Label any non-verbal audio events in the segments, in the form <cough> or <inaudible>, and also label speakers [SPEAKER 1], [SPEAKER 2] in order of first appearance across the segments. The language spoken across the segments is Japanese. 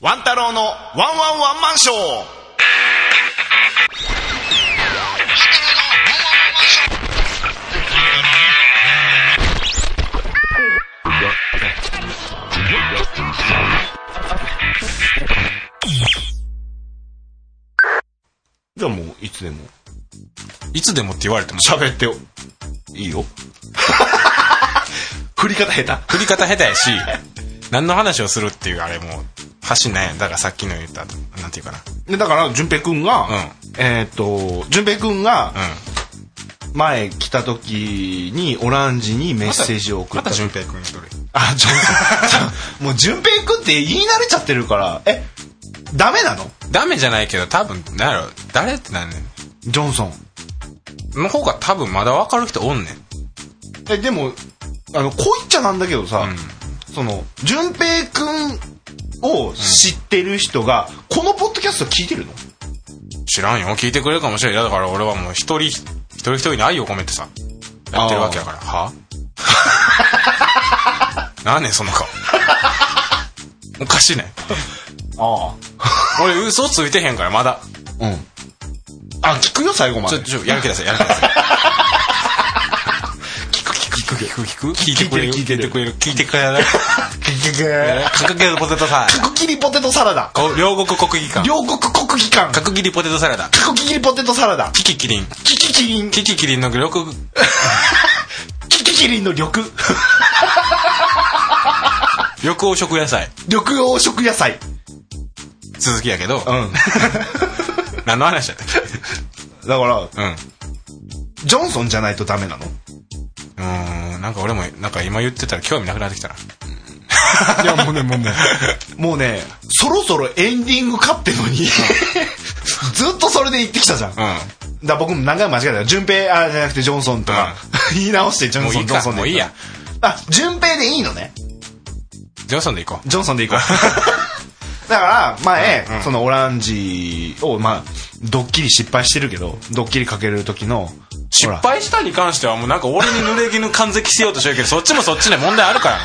[SPEAKER 1] ワン太郎のワンワンワンマンショーじゃあもういつでも
[SPEAKER 2] いつでもって言われても、
[SPEAKER 1] 喋ってよい <laughs> いよ振り方下手
[SPEAKER 2] 振り方下手
[SPEAKER 1] <laughs>
[SPEAKER 2] やし、何の話をするっていうあれも、発なんやん。だからさっきの言った、なんていうかな。
[SPEAKER 1] でだから淳平君が、
[SPEAKER 2] うん
[SPEAKER 1] えーっと淳平君が
[SPEAKER 2] う
[SPEAKER 1] 前来た時にオランジにメッ
[SPEAKER 2] ん。
[SPEAKER 1] セージを送った
[SPEAKER 2] また淳平君一人。
[SPEAKER 1] あちょちょもう淳平君って言い慣れちゃってるからえダメなの
[SPEAKER 2] ダメじゃないけど、多分、なんやろ、誰ってなんねん。
[SPEAKER 1] ジョンソン
[SPEAKER 2] の方が多分まだわかる人おんねん。
[SPEAKER 1] えでもあのこう言っちゃなんだけどさ、その淳平君を知ってる人が、このポッドキャスト聞いてるの
[SPEAKER 2] 知らんよ。聞いてくれるかもしれない。だから俺はもう一人、一人一人に愛を込めてさ、やってるわけやから。は <laughs> なんねん、そ
[SPEAKER 1] <laughs>
[SPEAKER 2] の顔。おかしいね。
[SPEAKER 1] あ
[SPEAKER 2] 俺嘘ついてへんから、まだ。
[SPEAKER 1] あうんあ聞くよ最後ま
[SPEAKER 2] ち
[SPEAKER 1] で
[SPEAKER 2] ょ、ちょ、やる気出せ、やる気出せ。聞く、聞く、聞く、聞く、聞いてくれる、
[SPEAKER 1] 聞
[SPEAKER 2] 聞
[SPEAKER 1] い
[SPEAKER 2] い
[SPEAKER 1] て
[SPEAKER 2] て
[SPEAKER 1] る
[SPEAKER 2] くれる、聞いてくれる。
[SPEAKER 1] 聞く
[SPEAKER 2] <laughs> 角切りポテトサラダ
[SPEAKER 1] 角切りポテトサラダ
[SPEAKER 2] こう。両国国技館。
[SPEAKER 1] 両国国技館
[SPEAKER 2] 角切りポテトサラダ。
[SPEAKER 1] 角切りポテトサラダ
[SPEAKER 2] キキキリン。
[SPEAKER 1] キキキリン
[SPEAKER 2] キキキリンの両国、
[SPEAKER 1] キキキリンの緑
[SPEAKER 2] 緑黄色野菜。
[SPEAKER 1] <laughs> 緑黄色野菜
[SPEAKER 2] 続きやけど、
[SPEAKER 1] ん
[SPEAKER 2] 何の話だったっけ
[SPEAKER 1] だから
[SPEAKER 2] うん。
[SPEAKER 1] ジョンソンじゃないとダメなの
[SPEAKER 2] うーん、なんか俺も、なんか今言ってたら興味なくなってきたな。
[SPEAKER 1] いやもうねもうね <laughs> もうねそろそろエンディングかってのに <laughs> ずっとそれで言ってきたじゃん、だか
[SPEAKER 2] う
[SPEAKER 1] ら僕も何回も間違えた順平あーじゃなくてジョンソンとか、言い直してジョン
[SPEAKER 2] もう
[SPEAKER 1] ソ
[SPEAKER 2] い
[SPEAKER 1] ン
[SPEAKER 2] い
[SPEAKER 1] ジョン
[SPEAKER 2] か
[SPEAKER 1] ソンで
[SPEAKER 2] もういいや。
[SPEAKER 1] あ順平でいいのね
[SPEAKER 2] ジョンソンで行こう。
[SPEAKER 1] ジョンソンで行こ <laughs> う。だから、前、そのオランジを、まあ、ドッキリ失敗してるけど、ドッキリかける時の、
[SPEAKER 2] 失
[SPEAKER 1] ほら
[SPEAKER 2] 敗したに関してはもうなんか俺に濡れ衣感激しようとしてるけど、そっちもそっちで問題あ <laughs> るからな。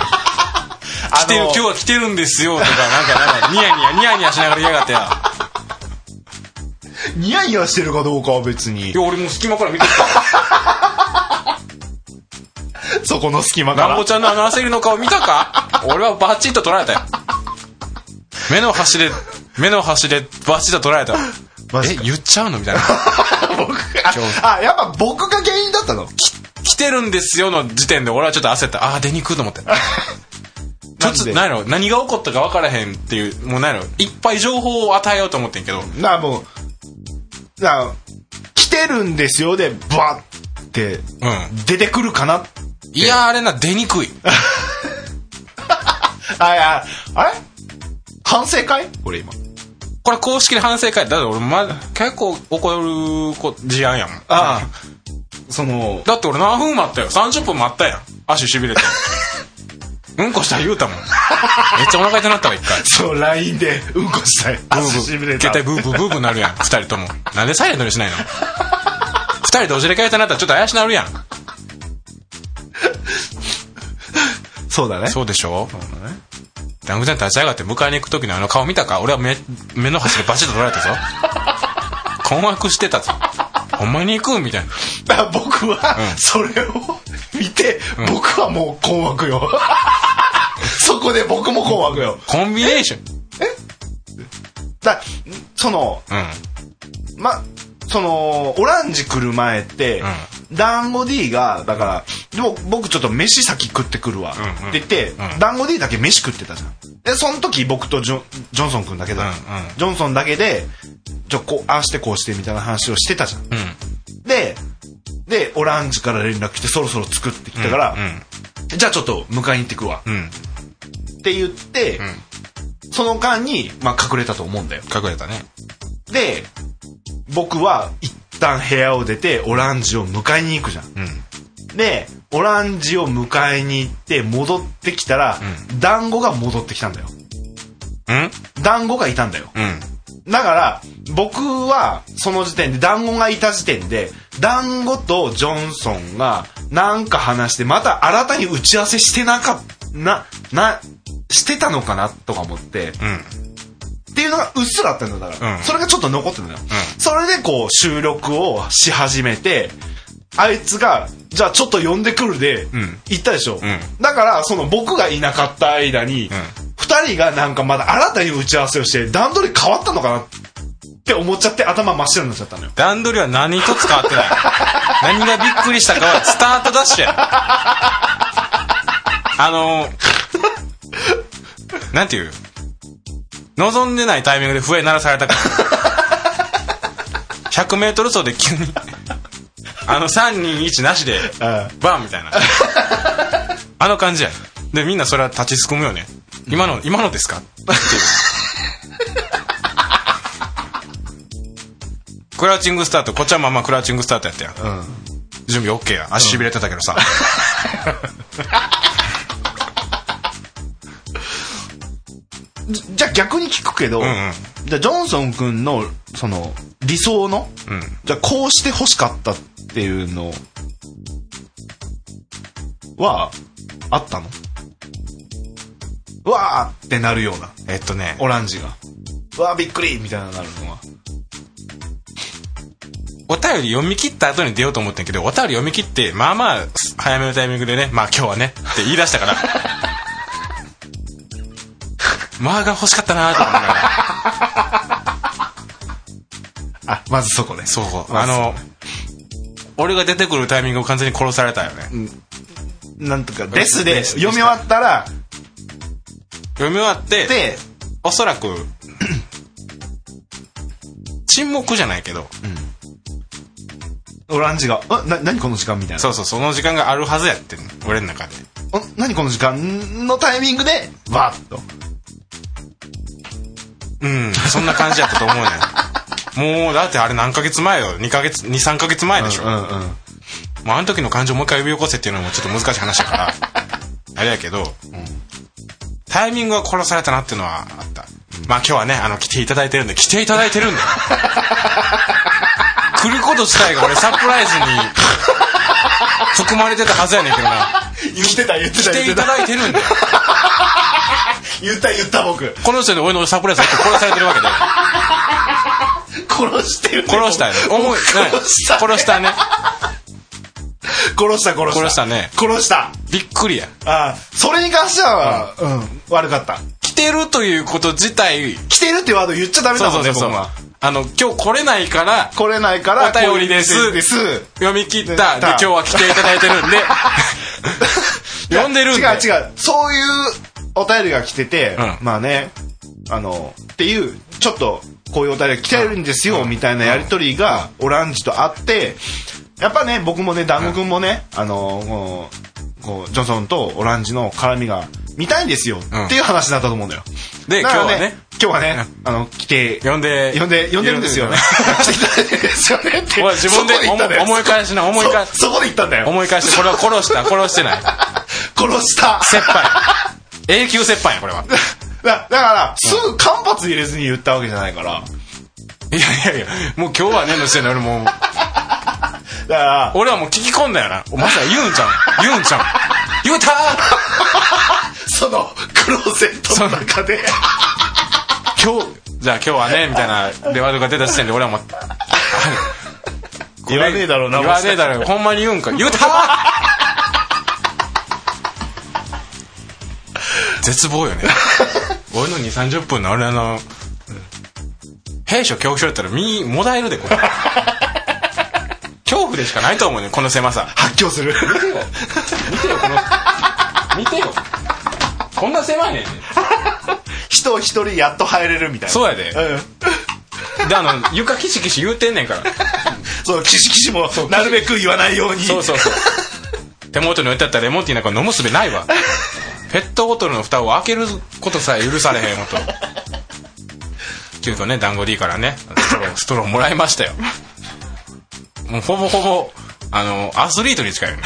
[SPEAKER 2] 来てる、
[SPEAKER 1] あの
[SPEAKER 2] 今日は来てるんですよとか、なんか、なんか、ニヤニヤ、ニヤニヤしながら言いやがってや。
[SPEAKER 1] ニヤニヤしてるかどうかは別に
[SPEAKER 2] い、や、俺もう隙間から見てた。
[SPEAKER 1] <laughs> そこの隙間か
[SPEAKER 2] なん
[SPEAKER 1] ら
[SPEAKER 2] ぼ。ちゃんのあの焦りの顔見た
[SPEAKER 1] <laughs>
[SPEAKER 2] か俺はバチッと捉えたよ。目の端で、目の端でバチッと捉えた。
[SPEAKER 1] マジ
[SPEAKER 2] え、
[SPEAKER 1] か
[SPEAKER 2] 言っちゃうのみたいな。
[SPEAKER 1] <laughs> 僕あ、あやっぱ僕が原因だったの。
[SPEAKER 2] 来てるんですよの時点で俺はちょっと焦った。あー、出にくいと思って。ちょっと、何やろ、何が起こったか分からへんっていう、もう何やろ、いっぱい情報を与えようと思ってんけど、
[SPEAKER 1] なあ、もう、なあ、来てるんですよで、バッって、
[SPEAKER 2] うん。
[SPEAKER 1] 出てくるかな。
[SPEAKER 2] いやー、あれな、出にくい。
[SPEAKER 1] あ、いや、あれ反省会これ今。
[SPEAKER 2] これ公式で反省会。だって俺、ま、結構怒るこ事案やもん。
[SPEAKER 1] ああ、 <laughs> その、
[SPEAKER 2] だって俺何分待ったよ。30分待ったやん。足痺れて。うんこしたら言うたもん。めっちゃお腹痛なったわ、一回。
[SPEAKER 1] そう、LINE で、うんこしたい。
[SPEAKER 2] ブーブ
[SPEAKER 1] 足しびれ
[SPEAKER 2] ー。
[SPEAKER 1] た
[SPEAKER 2] 携帯ブーブーブーブーなるやん。二人とも。なんでサイレントにしないの二人同時で携帯なったらちょっと怪しなるやん。
[SPEAKER 1] そうだね。
[SPEAKER 2] そうでしょダンクちゃん立ち上がって迎えに行く時のあの顔見たか俺は目、目の端でバチッと取られたぞ。困惑してたぞ。ほんまに行くみたいな。
[SPEAKER 1] だから僕は、
[SPEAKER 2] うん
[SPEAKER 1] それを見て、僕はもう困惑よ。 <laughs> そこで僕も困惑よ。
[SPEAKER 2] コンビネーション。
[SPEAKER 1] だその、
[SPEAKER 2] う
[SPEAKER 1] ま、その、オランジ来る前って、団子 D が、だから、でも僕ちょっと飯先食ってくるわ、
[SPEAKER 2] うんうん
[SPEAKER 1] って言って、
[SPEAKER 2] うん
[SPEAKER 1] 団子 D だけ飯食ってたじゃん。で、その時僕とジョンジョンソン君だけだ、
[SPEAKER 2] うんうん
[SPEAKER 1] ジョンソンだけで、ちょ、こう、ああしてこうしてみたいな話をしてたじゃん。
[SPEAKER 2] ん。うん。
[SPEAKER 1] で、で、オランジから連絡来て、そろそろ作ってきたから、
[SPEAKER 2] う
[SPEAKER 1] じゃあちょっと迎えに行ってくわ。
[SPEAKER 2] ん。うん。
[SPEAKER 1] って言って、その間に、まあ、隠れたと思うんだよ。
[SPEAKER 2] 隠れたね。
[SPEAKER 1] で、僕は一旦部屋を出て、オランジを迎えに行くじゃん。
[SPEAKER 2] うん。
[SPEAKER 1] で、オランジを迎えに行って、戻ってきたら、団子が戻ってきたんだよ。
[SPEAKER 2] うん
[SPEAKER 1] 団子がいたんだよ。
[SPEAKER 2] うん。
[SPEAKER 1] だから、僕は、その時点で、団子がいた時点で、団子とジョンソンが、なんか話して、また新たに打ち合わせしてなかっ、な、な、してたのかなとか思って、
[SPEAKER 2] うん。
[SPEAKER 1] いうのがうっすらあったんだよだから、
[SPEAKER 2] うん
[SPEAKER 1] それがちょっと残ってたのよ、
[SPEAKER 2] ん
[SPEAKER 1] それでこう収録をし始めてあいつがじゃあちょっと呼んでくるで
[SPEAKER 2] ん
[SPEAKER 1] 行ったでしょ、
[SPEAKER 2] ん
[SPEAKER 1] だからその僕がいなかった間に、二人がなんかまだ新たに打ち合わせをして段取り変わったのかなって思っちゃって頭真っ白になっちゃったのよ
[SPEAKER 2] 段取りは何一つ変わってない何がびっくりしたかはスタートダッシュやあのなんていう望んでないタイミングで笛鳴らされたから 100m 走で急にあの321なしで
[SPEAKER 1] う
[SPEAKER 2] バンみたいなあの感じやでみんなそれは立ちすくむよね今の今のですかっていうクラウチングスタートこっちはまあまあクラウチングスタートやったやん
[SPEAKER 1] ん、うん
[SPEAKER 2] 準備 OK や足しびれてたけどさ、
[SPEAKER 1] じゃあ逆に聞くけど、
[SPEAKER 2] んうん
[SPEAKER 1] じゃあジョンソン君のその理想の、
[SPEAKER 2] ん
[SPEAKER 1] じゃあこうして欲しかったっていうのはあったのわーってなるような
[SPEAKER 2] えっとね
[SPEAKER 1] オランジがわーびっくりみたいななるのは
[SPEAKER 2] お便り読み切った後に出ようと思ったんやけどお便り読み切ってまあまあ早めのタイミングでねまあ今日はねって言い出したから間が欲しかったなと思いながら
[SPEAKER 1] あまずそこね
[SPEAKER 2] そう、
[SPEAKER 1] ま
[SPEAKER 2] あの、俺が出てくるタイミングを完全に殺されたよね。
[SPEAKER 1] なんとか「です」
[SPEAKER 2] で
[SPEAKER 1] です読み終わったら
[SPEAKER 2] 読み終わって、
[SPEAKER 1] で
[SPEAKER 2] おそらく、沈黙じゃないけど、
[SPEAKER 1] オランジが「んな何この時間」みたいな
[SPEAKER 2] そうそう、その時間があるはずやってん俺の中で。
[SPEAKER 1] ん何この時間のタイミングでわーっと
[SPEAKER 2] うん、そんな感じやったと思う <laughs> ねん。もう、だってあれ何ヶ月前よ。2ヶ月、2、3ヶ月前でしょ。
[SPEAKER 1] うんうん
[SPEAKER 2] もうあの時の感情をもう一回呼び起こせっていうのもちょっと難しい話だ <laughs> から、あれやけど、タイミングは殺されたなっていうのはあった。まあ今日はね、あの、来ていただいてるんで、来ていただいて <laughs> るんで。来ること自体が俺サプライズ <laughs> に含まれてたはずやねんけどな。
[SPEAKER 1] 言ってた言ってた
[SPEAKER 2] 来て
[SPEAKER 1] 言
[SPEAKER 2] い
[SPEAKER 1] ったてた
[SPEAKER 2] だいてるんで。
[SPEAKER 1] 言った言った僕
[SPEAKER 2] この人で俺のサプライズだって殺されてるわけで。
[SPEAKER 1] 殺してるね
[SPEAKER 2] 殺したよね。思い、
[SPEAKER 1] 殺した
[SPEAKER 2] 殺したね。
[SPEAKER 1] 殺した殺した
[SPEAKER 2] 殺したね
[SPEAKER 1] 殺した
[SPEAKER 2] びっくりや。
[SPEAKER 1] あーそれに関しては、うん悪かった
[SPEAKER 2] 来てるということ自体、
[SPEAKER 1] 来てるってワード言っちゃダメ
[SPEAKER 2] そう
[SPEAKER 1] だ
[SPEAKER 2] そ
[SPEAKER 1] も
[SPEAKER 2] うん
[SPEAKER 1] ね
[SPEAKER 2] そうそう
[SPEAKER 1] 僕は。
[SPEAKER 2] あの、今日来れないから、
[SPEAKER 1] 来れないから
[SPEAKER 2] お便りです
[SPEAKER 1] こういうです
[SPEAKER 2] 読み切った。で、
[SPEAKER 1] だ
[SPEAKER 2] 今日は来ていただいてるんで、
[SPEAKER 1] <laughs>
[SPEAKER 2] 読んでるん
[SPEAKER 1] 違う
[SPEAKER 2] で。う。
[SPEAKER 1] 違うそういうお便りが来てて、
[SPEAKER 2] うん
[SPEAKER 1] まあねあのっていうちょっとこういうお便りが来てるんですよ、みたいなやり取りがオランジとあってやっぱね僕もね団子くんもね、あのこうこうジョンソンとオランジの絡みが見たいんですよ、
[SPEAKER 2] ん
[SPEAKER 1] っていう話だったと思うのよ
[SPEAKER 2] で、
[SPEAKER 1] だ
[SPEAKER 2] 今日
[SPEAKER 1] から
[SPEAKER 2] はね、
[SPEAKER 1] 今日はね、あの来て
[SPEAKER 2] 読んで、
[SPEAKER 1] 呼んで呼んでるんですよね <laughs> 来ていただいてるんですよねって
[SPEAKER 2] おい自分で
[SPEAKER 1] そこ言ったんだよ
[SPEAKER 2] 思思い返しな思い返し
[SPEAKER 1] そそこで言ったんだよ
[SPEAKER 2] 思い返して、これは殺した、殺し
[SPEAKER 1] <laughs>
[SPEAKER 2] てない。
[SPEAKER 1] 殺した
[SPEAKER 2] 折半。永久折半や、こ
[SPEAKER 1] <laughs>
[SPEAKER 2] れは。
[SPEAKER 1] だだから、すぐ間髪入れずに言ったわけじゃないから。
[SPEAKER 2] いやいやいや、もう今日はね、の時点で俺もう、
[SPEAKER 1] だから、
[SPEAKER 2] 俺はもう聞き込んだよな。まさか言うんじゃん。言うんじゃん。言うたー
[SPEAKER 1] その、クローゼットの中で、
[SPEAKER 2] 今日、じゃあ今日はね、みたいな、レワードが出た時点で俺はもう、
[SPEAKER 1] 言わねえだろうな、
[SPEAKER 2] <laughs> 言わねえだろうほんまに言うんか言うた <laughs> 絶望よね俺の2三3 0分の俺の兵所恐怖症やったら身もだえるでこれ恐怖でしかないと思うねこの狭さ
[SPEAKER 1] 発狂す
[SPEAKER 2] <laughs>
[SPEAKER 1] る。
[SPEAKER 2] 見てよこの見てよこんな狭いねん
[SPEAKER 1] 人一人やっと入れるみたいな。
[SPEAKER 2] そうやで
[SPEAKER 1] うん。
[SPEAKER 2] であの床キシキシ言うてんねんから
[SPEAKER 1] そう、キシキシも、なるべく言わないように。
[SPEAKER 2] そうそうそう。手元に置いてあったレモンティーなんか飲むすべないわ。ペットボトルの蓋を開けることさえ許されへんほんと。急遽ね、団子 D からね、ストロー、ストローもらいましたよ。もうほぼほぼ、あの、アスリートに近いよね。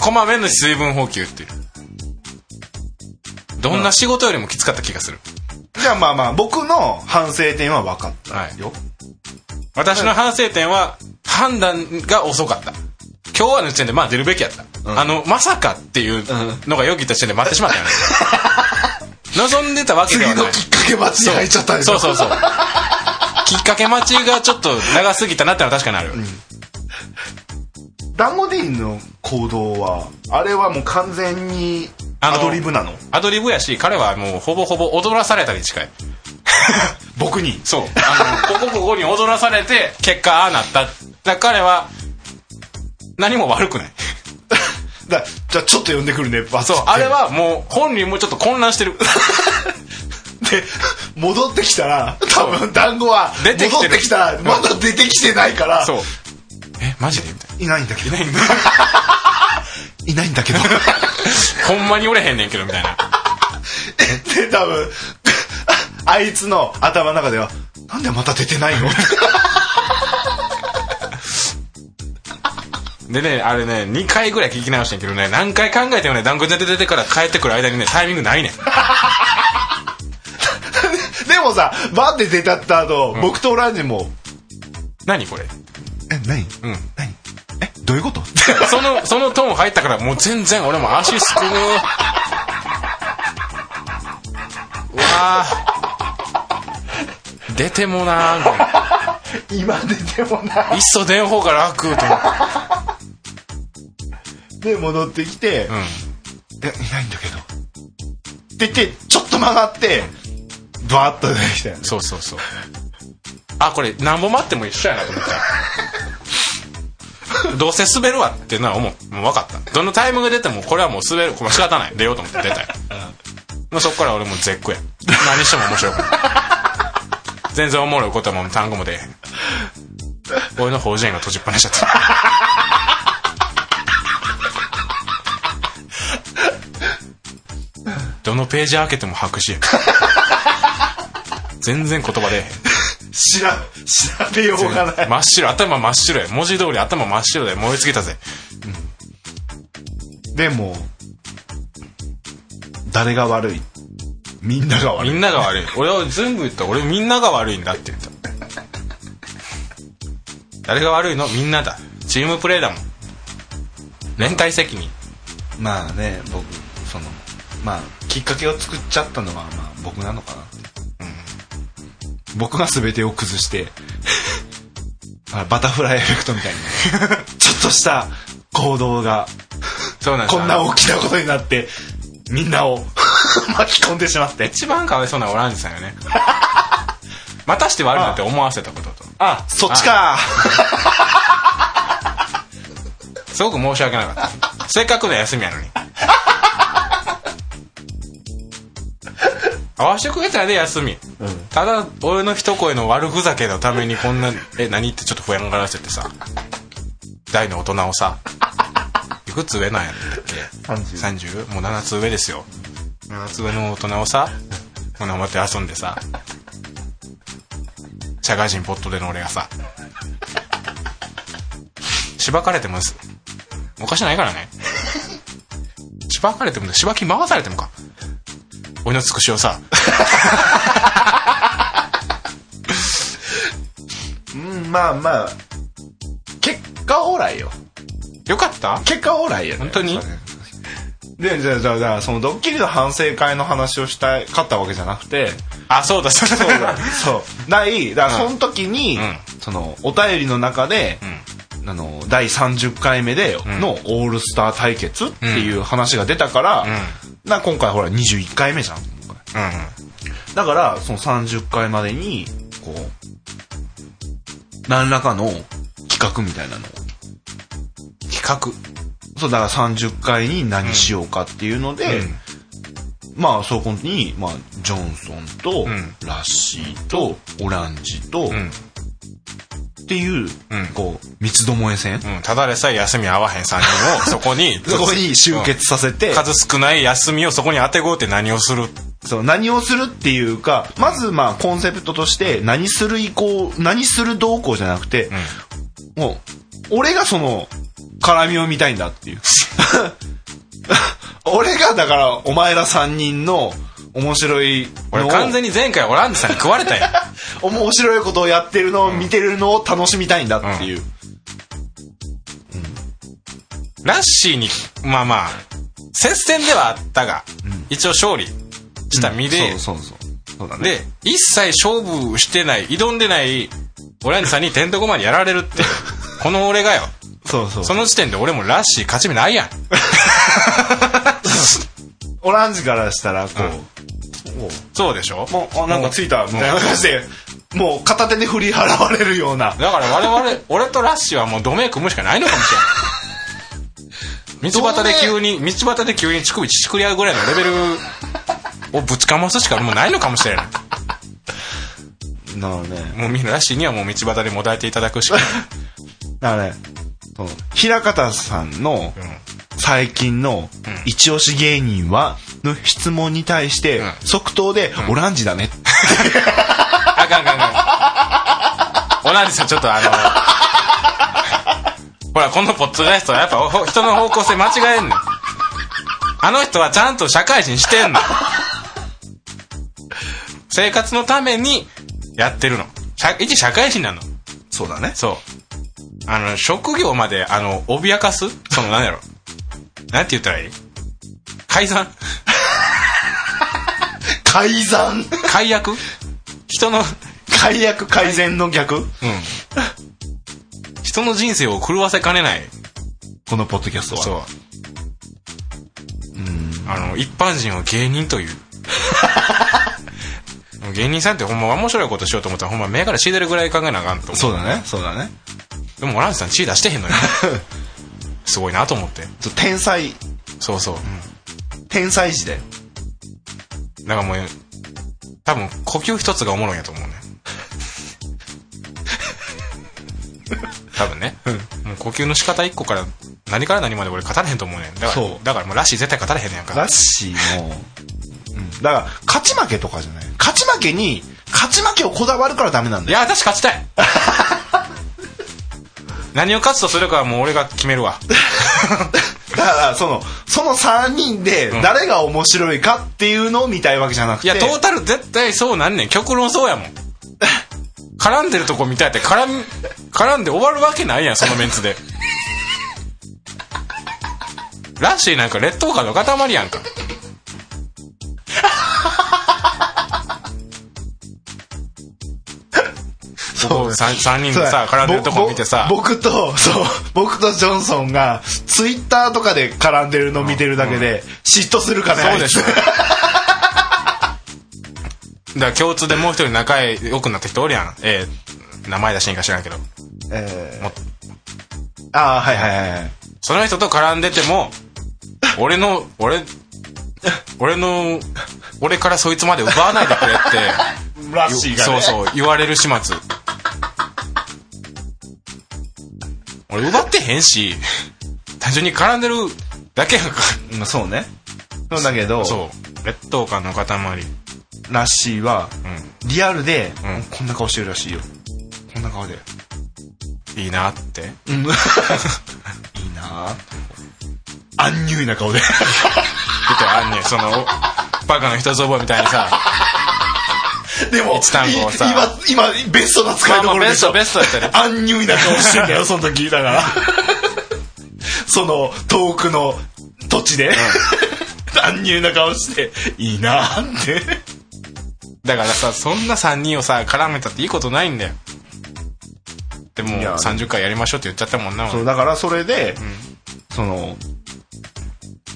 [SPEAKER 2] こまめの水分補給っていう。どんな仕事よりもきつかった気がする。
[SPEAKER 1] じゃあまあまあ、僕の反省点は分かった。
[SPEAKER 2] はい。
[SPEAKER 1] よ。
[SPEAKER 2] 私の反省点は、判断が遅かった。今日はの時点で、
[SPEAKER 3] <laughs>
[SPEAKER 2] まあ出るべきやった。あの、まさかっていうのがよぎった時点で待ってしまったよね。望んでたわけで
[SPEAKER 3] 次
[SPEAKER 2] は
[SPEAKER 3] の
[SPEAKER 2] ない
[SPEAKER 3] きっかけ待ちに入っちゃったり
[SPEAKER 2] そうそうそうきっかけ待ちがちょっと長すぎたなってのは確かにある、
[SPEAKER 1] ダンゴディーンの行動はあれはもう完全に
[SPEAKER 2] あの
[SPEAKER 1] アドリブなの
[SPEAKER 2] アドリブやし彼はもうほぼほぼ踊らされたに近い
[SPEAKER 1] 僕に <laughs>
[SPEAKER 2] そうあのここここに踊らされて結果ああなっただから彼は何も悪くない
[SPEAKER 1] だじゃあちょっと呼んでくるねバツ
[SPEAKER 2] そうあれはもう本人もちょっと混乱してる <laughs>
[SPEAKER 1] で <laughs> 戻ってきたら多分団子は
[SPEAKER 2] 出てき
[SPEAKER 1] 戻
[SPEAKER 2] てる
[SPEAKER 1] ってきたらまだ出てきてないから
[SPEAKER 2] そうえマジでみたい
[SPEAKER 1] いないんだけどいないんだけど
[SPEAKER 2] <laughs> なほんまにおれへんねんけどみたいな
[SPEAKER 1] で多分 <laughs> あいつの頭の中ではなんでまた出てないの <laughs>
[SPEAKER 2] でね、あれね、2回ぐらい聞き直してんけどね、何回考えてもね、団子出て出てから帰ってくる間にね、タイミングないねん。
[SPEAKER 1] でもさバンって出たった後、僕とオランジも
[SPEAKER 2] 何 <laughs> これ
[SPEAKER 1] 「え何
[SPEAKER 2] うん。
[SPEAKER 1] 何えどういうこと?」 <laughs>
[SPEAKER 2] その、そのトーン入ったから、もう全然俺も足すくむ。うわぁ。出てもなぁみたいな。
[SPEAKER 1] 今出てもない
[SPEAKER 2] っそ出ん方が楽と思って。
[SPEAKER 1] で戻ってきて、
[SPEAKER 2] うん。
[SPEAKER 1] えいないんだけどって言ってちょっと曲がってバーッと出てきたよね
[SPEAKER 2] そうそうそう。あ、これ、なんぼ待っても一緒やなと思った。どうせ滑るわってのは思う。もう分かった。どのタイムが出ても、これはもう滑る。これ仕方ない。出ようと思って出たよ。もうそっから俺もう絶句や。何しても面白くない。全然おもろいことも単語も出えへん。俺の法人が閉じっぱなしちゃった。どのページ開けても白紙や。全然言葉出えへん。
[SPEAKER 1] 知ら調べようがない
[SPEAKER 2] 真っ白頭真っ白や文字通り頭真っ白で燃え尽きたぜ
[SPEAKER 1] でも誰が悪いみんなが悪
[SPEAKER 2] み
[SPEAKER 1] い
[SPEAKER 2] んなが悪い俺は全部言った俺みんなが悪いんだって言った誰が悪いのみんなだチームプレーだもん連帯責任
[SPEAKER 1] まあね僕そのまあきっかけを作っちゃったのはまあ僕なのかなって、うん、僕が全てを崩して <laughs> あバタフライエフェクトみたいに <laughs> ちょっとした行動が
[SPEAKER 2] そうなんです
[SPEAKER 1] こんな大きなことになってみんなを <laughs> 巻き込んでしまって
[SPEAKER 2] 一番かわいそうなのはオランジさんよねまたして悪いなって思わせたことと
[SPEAKER 1] あそっちか
[SPEAKER 2] すごく申し訳なかったせっかくの休みやのに合わせてくれたらね休み、ただ俺の一声の悪ふざけのためにこんな「え何?」ってちょっと不安がらせてさ大の大人をさいくつ上なんやったっけ
[SPEAKER 1] 30
[SPEAKER 2] 30もう7つ上ですよ7つ上の大人をさこんな思って遊んでさ社会人ポットでの俺がさしばかれてますおかしないからね。しばかれても、しばき回されてもか。俺のつくしをさ、
[SPEAKER 1] うんまあまあ結果オーライよ
[SPEAKER 2] よかった
[SPEAKER 1] 結果オーライやね
[SPEAKER 2] 本当に
[SPEAKER 1] でじゃあじゃあじゃあそのドッキリの反省会の話をしたいかったわけじゃなくて
[SPEAKER 2] あ、そうだ、 <laughs> そうだ。
[SPEAKER 1] そうないだからその時に、
[SPEAKER 2] うん
[SPEAKER 1] そのお便りの中で、あの第30回目でのオールスター対決っていう話が出たから、な今回ほら21回目じゃん今回
[SPEAKER 2] うん。
[SPEAKER 1] だからその30回までにこう何らかの企画みたいなのを
[SPEAKER 2] 企画。
[SPEAKER 1] そう、だから30回に何しようかっていうので、
[SPEAKER 2] うん
[SPEAKER 1] まあ、そこに、まあ、ジョンソンと、
[SPEAKER 2] ん
[SPEAKER 1] ラッシーと、オランジと、
[SPEAKER 2] ん
[SPEAKER 1] っていう、
[SPEAKER 2] うん
[SPEAKER 1] こう、三つどもえ戦、
[SPEAKER 2] うん。ただでさえ休み合わへん3人を、 <laughs> そこに、
[SPEAKER 1] そこに集結させて、
[SPEAKER 2] うん数少ない休みをそこに当てごうって何をする
[SPEAKER 1] そう何をするっていうか、まず、まあ、コンセプトとして、何する以降、何する動向じゃなくて、もう、俺がその、絡みを見たいんだって
[SPEAKER 2] <laughs>
[SPEAKER 1] いう。 <laughs> 俺がだから、お前ら3人の面白いの
[SPEAKER 2] 俺
[SPEAKER 1] を、
[SPEAKER 2] 完全に前回オランジさんに食われ <laughs> たやん。
[SPEAKER 1] 面白いことをやってるのを見てるのを楽しみたいんだっていう。
[SPEAKER 2] ラッシーに、まあまあ、接戦ではあったが、一応勝利した身で、
[SPEAKER 1] そうそうそうそうだね
[SPEAKER 2] で、一切勝負してない、挑んでない、オランジさんにテントコマにやられる <laughs> って、この俺がよ。
[SPEAKER 1] そうそう
[SPEAKER 2] その時点で俺もラッシー勝ち目ないやん。
[SPEAKER 1] オランジからしたらこう、も
[SPEAKER 2] そうでしょ
[SPEAKER 1] うもうあなんかついたみたいな感じでもう片手で振り払われるような
[SPEAKER 2] だから我々、俺とラッシーはもうドメイ組むしかないのかもしれない。道端で急に、道端で急に乳首ちしくり合うぐらいのレベルをぶちかますしかもうないのかもしれない。
[SPEAKER 1] なのね
[SPEAKER 2] もうみんなラッシーにはもう道端でもだえていただくしかない。
[SPEAKER 1] だからねその平方さんの最近の一押し芸人はの質問に対して
[SPEAKER 2] ん
[SPEAKER 1] 即答でオランジだね
[SPEAKER 2] あかんあかんあかん。同じですよ、ちょっとあの、ほら、このポッドキャストはやっぱほ人の方向性間違えんねん。あの人はちゃんと社会人してんの。生活のためにやってるの。社一社会人なの。
[SPEAKER 1] そうだね
[SPEAKER 2] そう。あの、職業まで、あの、脅かすその、なんやろ。なんて言ったらいい改ざん
[SPEAKER 1] 改ざん
[SPEAKER 2] 解約人の、
[SPEAKER 1] 解約改善の逆
[SPEAKER 2] うん。人の人生を狂わせかねない。
[SPEAKER 1] このポッドキャストは
[SPEAKER 2] そう。あの、一般人は芸
[SPEAKER 1] <laughs>
[SPEAKER 2] 人という。芸人さんってほんま面白いことしようと思ったらほんま目から血出るぐらい考えなあかんと思
[SPEAKER 1] そうだねそうだね
[SPEAKER 2] う。でもオランジさん血出してへ
[SPEAKER 1] <laughs>
[SPEAKER 2] んのよ。すごいなと思って。
[SPEAKER 1] ちょっと天才
[SPEAKER 2] そうそう。
[SPEAKER 1] 天才児だよ
[SPEAKER 2] だからもう、多分呼吸一つがおもろいんやと思うね。多分ね。もう呼吸の仕方一個から何から何まで俺語れへんと思うねん。だか
[SPEAKER 1] そ
[SPEAKER 2] ら、
[SPEAKER 1] う
[SPEAKER 2] だからもうラッシー絶対語れへんねやんか。
[SPEAKER 1] ラッシーも、うん、だから勝ち負けとかじゃない勝ち負けに勝ち負けをこだわるからダメなん
[SPEAKER 2] い
[SPEAKER 1] だよ
[SPEAKER 2] や、私勝ちたい何を勝つとするかはもう俺が決めるわ。
[SPEAKER 1] だからそのその3人で誰が面白いかっていうのを見たいわけじゃなく
[SPEAKER 2] い
[SPEAKER 1] て、
[SPEAKER 2] や、トータル絶対そうなんねん。極論そう
[SPEAKER 1] <laughs>
[SPEAKER 2] やもん。絡んでるとこ見たいって、絡み、絡んで終わるわけないやん、そのメンツで。ラッシーなんか劣等感の塊やんか。そう、三三人
[SPEAKER 1] そう
[SPEAKER 2] で
[SPEAKER 1] だ
[SPEAKER 2] さ、絡んでるとこ見てさ。
[SPEAKER 1] ぼぼ僕とそう僕とジョンソンがツイッターとかで絡んでるの見てるだけで嫉妬するからね、
[SPEAKER 2] そうでしょ。だから共通でもう一人仲良くなった人おるやん。えー名前出しにか知らんけど。
[SPEAKER 1] <laughs> え
[SPEAKER 2] もっ
[SPEAKER 1] ー、ああはいはいはいはい
[SPEAKER 2] その人と絡んでても、俺の、俺、俺の、俺からそいつまで奪わないでくれ <laughs> っ
[SPEAKER 1] ラッ
[SPEAKER 2] て、
[SPEAKER 1] シーが、
[SPEAKER 2] そう
[SPEAKER 1] ね、
[SPEAKER 2] そう、言われる始末。俺奪ってへんし、単純に絡んでるだけやんか。
[SPEAKER 1] うんそうねそうだけど
[SPEAKER 2] そう。劣等感の塊。
[SPEAKER 1] ラッシーは
[SPEAKER 2] う
[SPEAKER 1] リアルで、
[SPEAKER 2] うん
[SPEAKER 1] こんな顔してるらしいよこんな顔で
[SPEAKER 2] ん。いいなって。
[SPEAKER 1] うん <laughs> いいなぁアンニュイな顔で
[SPEAKER 2] 出てあんねんそのバカの一つ覚えみたいにさ
[SPEAKER 1] <laughs> でも
[SPEAKER 2] 一単語をさ
[SPEAKER 1] い今今ベストな使いど
[SPEAKER 2] まあ
[SPEAKER 1] こ
[SPEAKER 2] ま
[SPEAKER 1] ろで
[SPEAKER 2] あベス
[SPEAKER 1] しょ
[SPEAKER 2] トベストやったね
[SPEAKER 1] アンニュイな顔してんだよ、その時。だから。 <laughs> その、遠くの土地 <laughs> で。アンニュイな顔して、いいなーって。
[SPEAKER 2] だからさそんな3人をさ絡めたっていいことないんだよでも
[SPEAKER 1] いや
[SPEAKER 2] 30回やりましょうって言っちゃったもんな
[SPEAKER 1] そう、
[SPEAKER 2] 俺
[SPEAKER 1] だからそれで、その、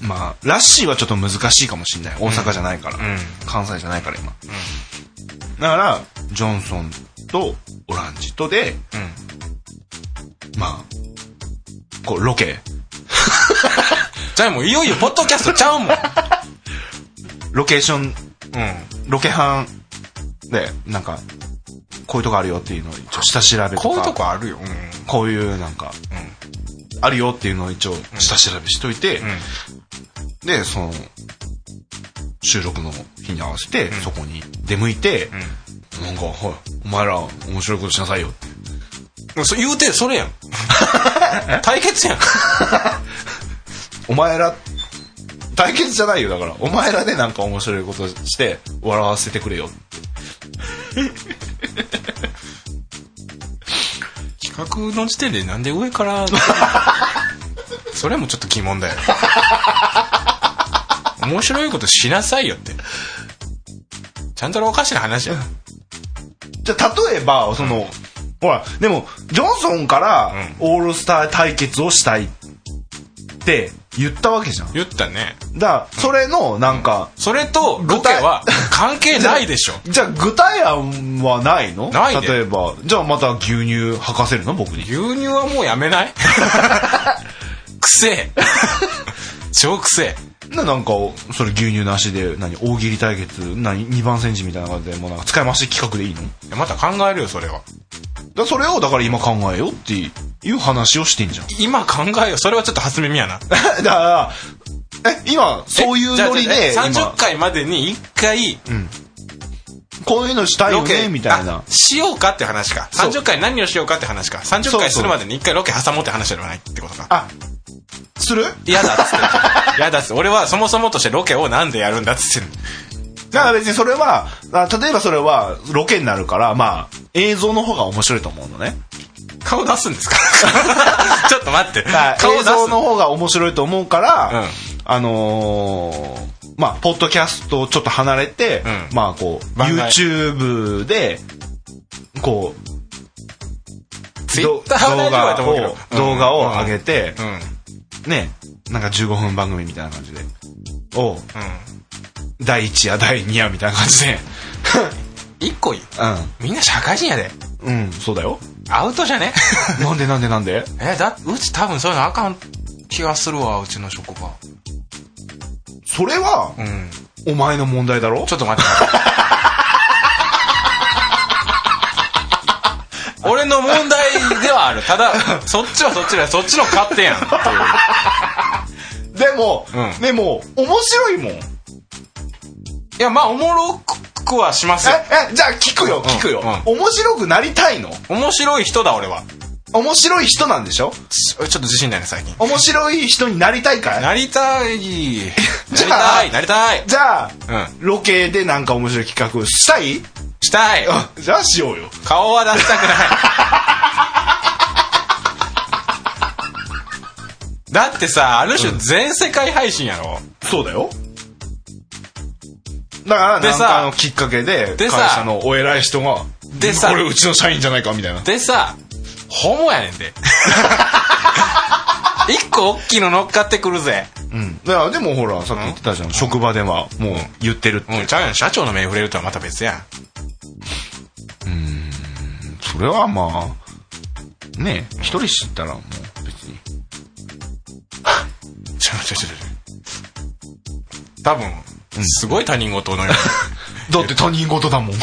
[SPEAKER 1] まあ、ラッシーはちょっと難しいかもしんない。大阪じゃないから。
[SPEAKER 2] うん
[SPEAKER 1] 関西じゃないから、今。だから、ジョンソンとオランジとで、
[SPEAKER 2] うん
[SPEAKER 1] まあ、こう、ロケ。
[SPEAKER 2] じゃあもういよいよポッドキャストちゃうもんうん
[SPEAKER 1] ロケーション、ロケハンで、なんか、こういうとこあるよっていうのを一応下調べとか。
[SPEAKER 2] こういうとこあるようん
[SPEAKER 1] こういうなんか、あるよっていうのを一応下調べしといて、で、その、収録の日に合わせて、そこに出向いて、なんか、はい、お前ら面白いことしなさいよって。
[SPEAKER 2] うんそう言うてそれやん <laughs> 対決やん
[SPEAKER 1] お前ら、対決じゃないよ、だから。お前らでなんか面白いことして、笑わせてくれよ。
[SPEAKER 2] 企画の時点でなんで上から <laughs> それもちょっと疑問だよ面白いことしなさいよってゃんとおかしな話や。
[SPEAKER 1] じゃあ例えばその、ほらでもジョンソンからオールスター対決をしたいって言ったわけじゃんだか
[SPEAKER 2] 言ったね。
[SPEAKER 1] らそれのなんか、
[SPEAKER 2] それと、ロケは関係ないでしょ。
[SPEAKER 1] じゃあ具体案はないの
[SPEAKER 2] ないね
[SPEAKER 1] 例えばじゃあまた牛乳吐かせるの僕に
[SPEAKER 2] 牛乳はもうやめない <laughs> くせえ。超くせえ。
[SPEAKER 1] ななんかそれ牛乳なしで何大喜利対決何2番戦時みたいな感じでもうなんか使い回し企画でいいのだか
[SPEAKER 2] いやまた考えるよ、それは。
[SPEAKER 1] らそれをだから今考えようっていう話をしてんじ <laughs> ゃん
[SPEAKER 2] 今考えよう。それはちょっと初耳やな。
[SPEAKER 1] だからえ今そういうノリで
[SPEAKER 2] じゃあじゃあ
[SPEAKER 1] 今
[SPEAKER 2] 30回までに1回、
[SPEAKER 1] こういうのしたいよ
[SPEAKER 2] ロケ、
[SPEAKER 1] ねみたいな
[SPEAKER 2] あしようかって話か。
[SPEAKER 1] そう
[SPEAKER 2] 30回何をしようかって話か。30
[SPEAKER 1] そう
[SPEAKER 2] 回するまでに1回ロケ挟もうって話ではないってことか。
[SPEAKER 1] あする
[SPEAKER 2] 嫌だっつって。嫌だっつって。俺はそもそもとしてロケをなんでやるんだっつって。
[SPEAKER 1] だから別にそれはあ例えばそれはロケになるからまあ映像の方が面白いと思うのね
[SPEAKER 2] 顔出すんですか <laughs> ちょっと待って。顔
[SPEAKER 1] 映
[SPEAKER 2] 出す
[SPEAKER 1] 像の方が面白いと思うから、
[SPEAKER 2] うん
[SPEAKER 1] あのーまあポッドキャストをちょっと離れて、
[SPEAKER 2] う
[SPEAKER 1] まあこう
[SPEAKER 2] 番外
[SPEAKER 1] YouTube でこう
[SPEAKER 2] ツイ
[SPEAKER 1] ど
[SPEAKER 2] ッター
[SPEAKER 1] 動
[SPEAKER 2] は大丈夫だと
[SPEAKER 1] 画
[SPEAKER 2] 思うけ
[SPEAKER 1] を
[SPEAKER 2] ど、
[SPEAKER 1] 動画を上げて
[SPEAKER 2] う、ん。うん。うん。
[SPEAKER 1] ねなんか15分番組みたいな感じでを第1夜第2夜みたいな感じで <laughs>
[SPEAKER 2] 一個いいみんな社会人やで。
[SPEAKER 1] うんうんそうだよ <laughs>
[SPEAKER 2] アウトじゃね <laughs>
[SPEAKER 1] なんでなんでなんで
[SPEAKER 2] え、だ、うち多分そういうのあかん気がするわ、うちの職場。
[SPEAKER 1] それは
[SPEAKER 2] うん。
[SPEAKER 1] お前の問題だろ
[SPEAKER 2] ちょっと待 <laughs> って待って。俺の問題ではある。ただ、そっちはそっちだ。そっちの勝手やんっていう。
[SPEAKER 1] でも、
[SPEAKER 2] うん
[SPEAKER 1] でも面白いもんえ
[SPEAKER 2] いや、まあ、おもろくはしますよ。
[SPEAKER 1] えじゃあ聞くよ聞くよ、
[SPEAKER 2] う
[SPEAKER 1] 面白くなりたいの
[SPEAKER 2] 面白い人だ、俺は。
[SPEAKER 1] 面白い人なんでしょ
[SPEAKER 2] ちょっと自信ないね、最近。
[SPEAKER 1] 面白い人になりたいかい
[SPEAKER 2] なりた <laughs> い。
[SPEAKER 1] じゃあ
[SPEAKER 2] なりたい。なり
[SPEAKER 1] じゃあ、
[SPEAKER 2] たい。うん。
[SPEAKER 1] ロケでなんか面白い企画をしたい
[SPEAKER 2] したい。
[SPEAKER 1] あ <laughs> じゃあしようよ
[SPEAKER 2] 顔は出したくない。だってさ、ある種全世界配信やろ。
[SPEAKER 1] そうだよだから
[SPEAKER 2] で
[SPEAKER 1] なん
[SPEAKER 2] さ
[SPEAKER 1] かのきっかけで
[SPEAKER 2] で
[SPEAKER 1] 会
[SPEAKER 2] さ
[SPEAKER 1] 社のお偉い人が
[SPEAKER 2] でさ
[SPEAKER 1] これうちの社員じゃないかみたいな
[SPEAKER 2] でさ、ホモやねんで。 <laughs> 一個大きいの乗っかってくるぜ。
[SPEAKER 1] うんだからでもほらさっき言ってたじゃん職場ではもう言ってるって
[SPEAKER 2] うん、ちゃうやん。社長の目に触れるとはまた別やん。
[SPEAKER 1] それはまあねえ一人知ったらもう別に
[SPEAKER 2] ちょちょちょちょ。多分、すごい他人事のように。
[SPEAKER 1] だって他人事だもんう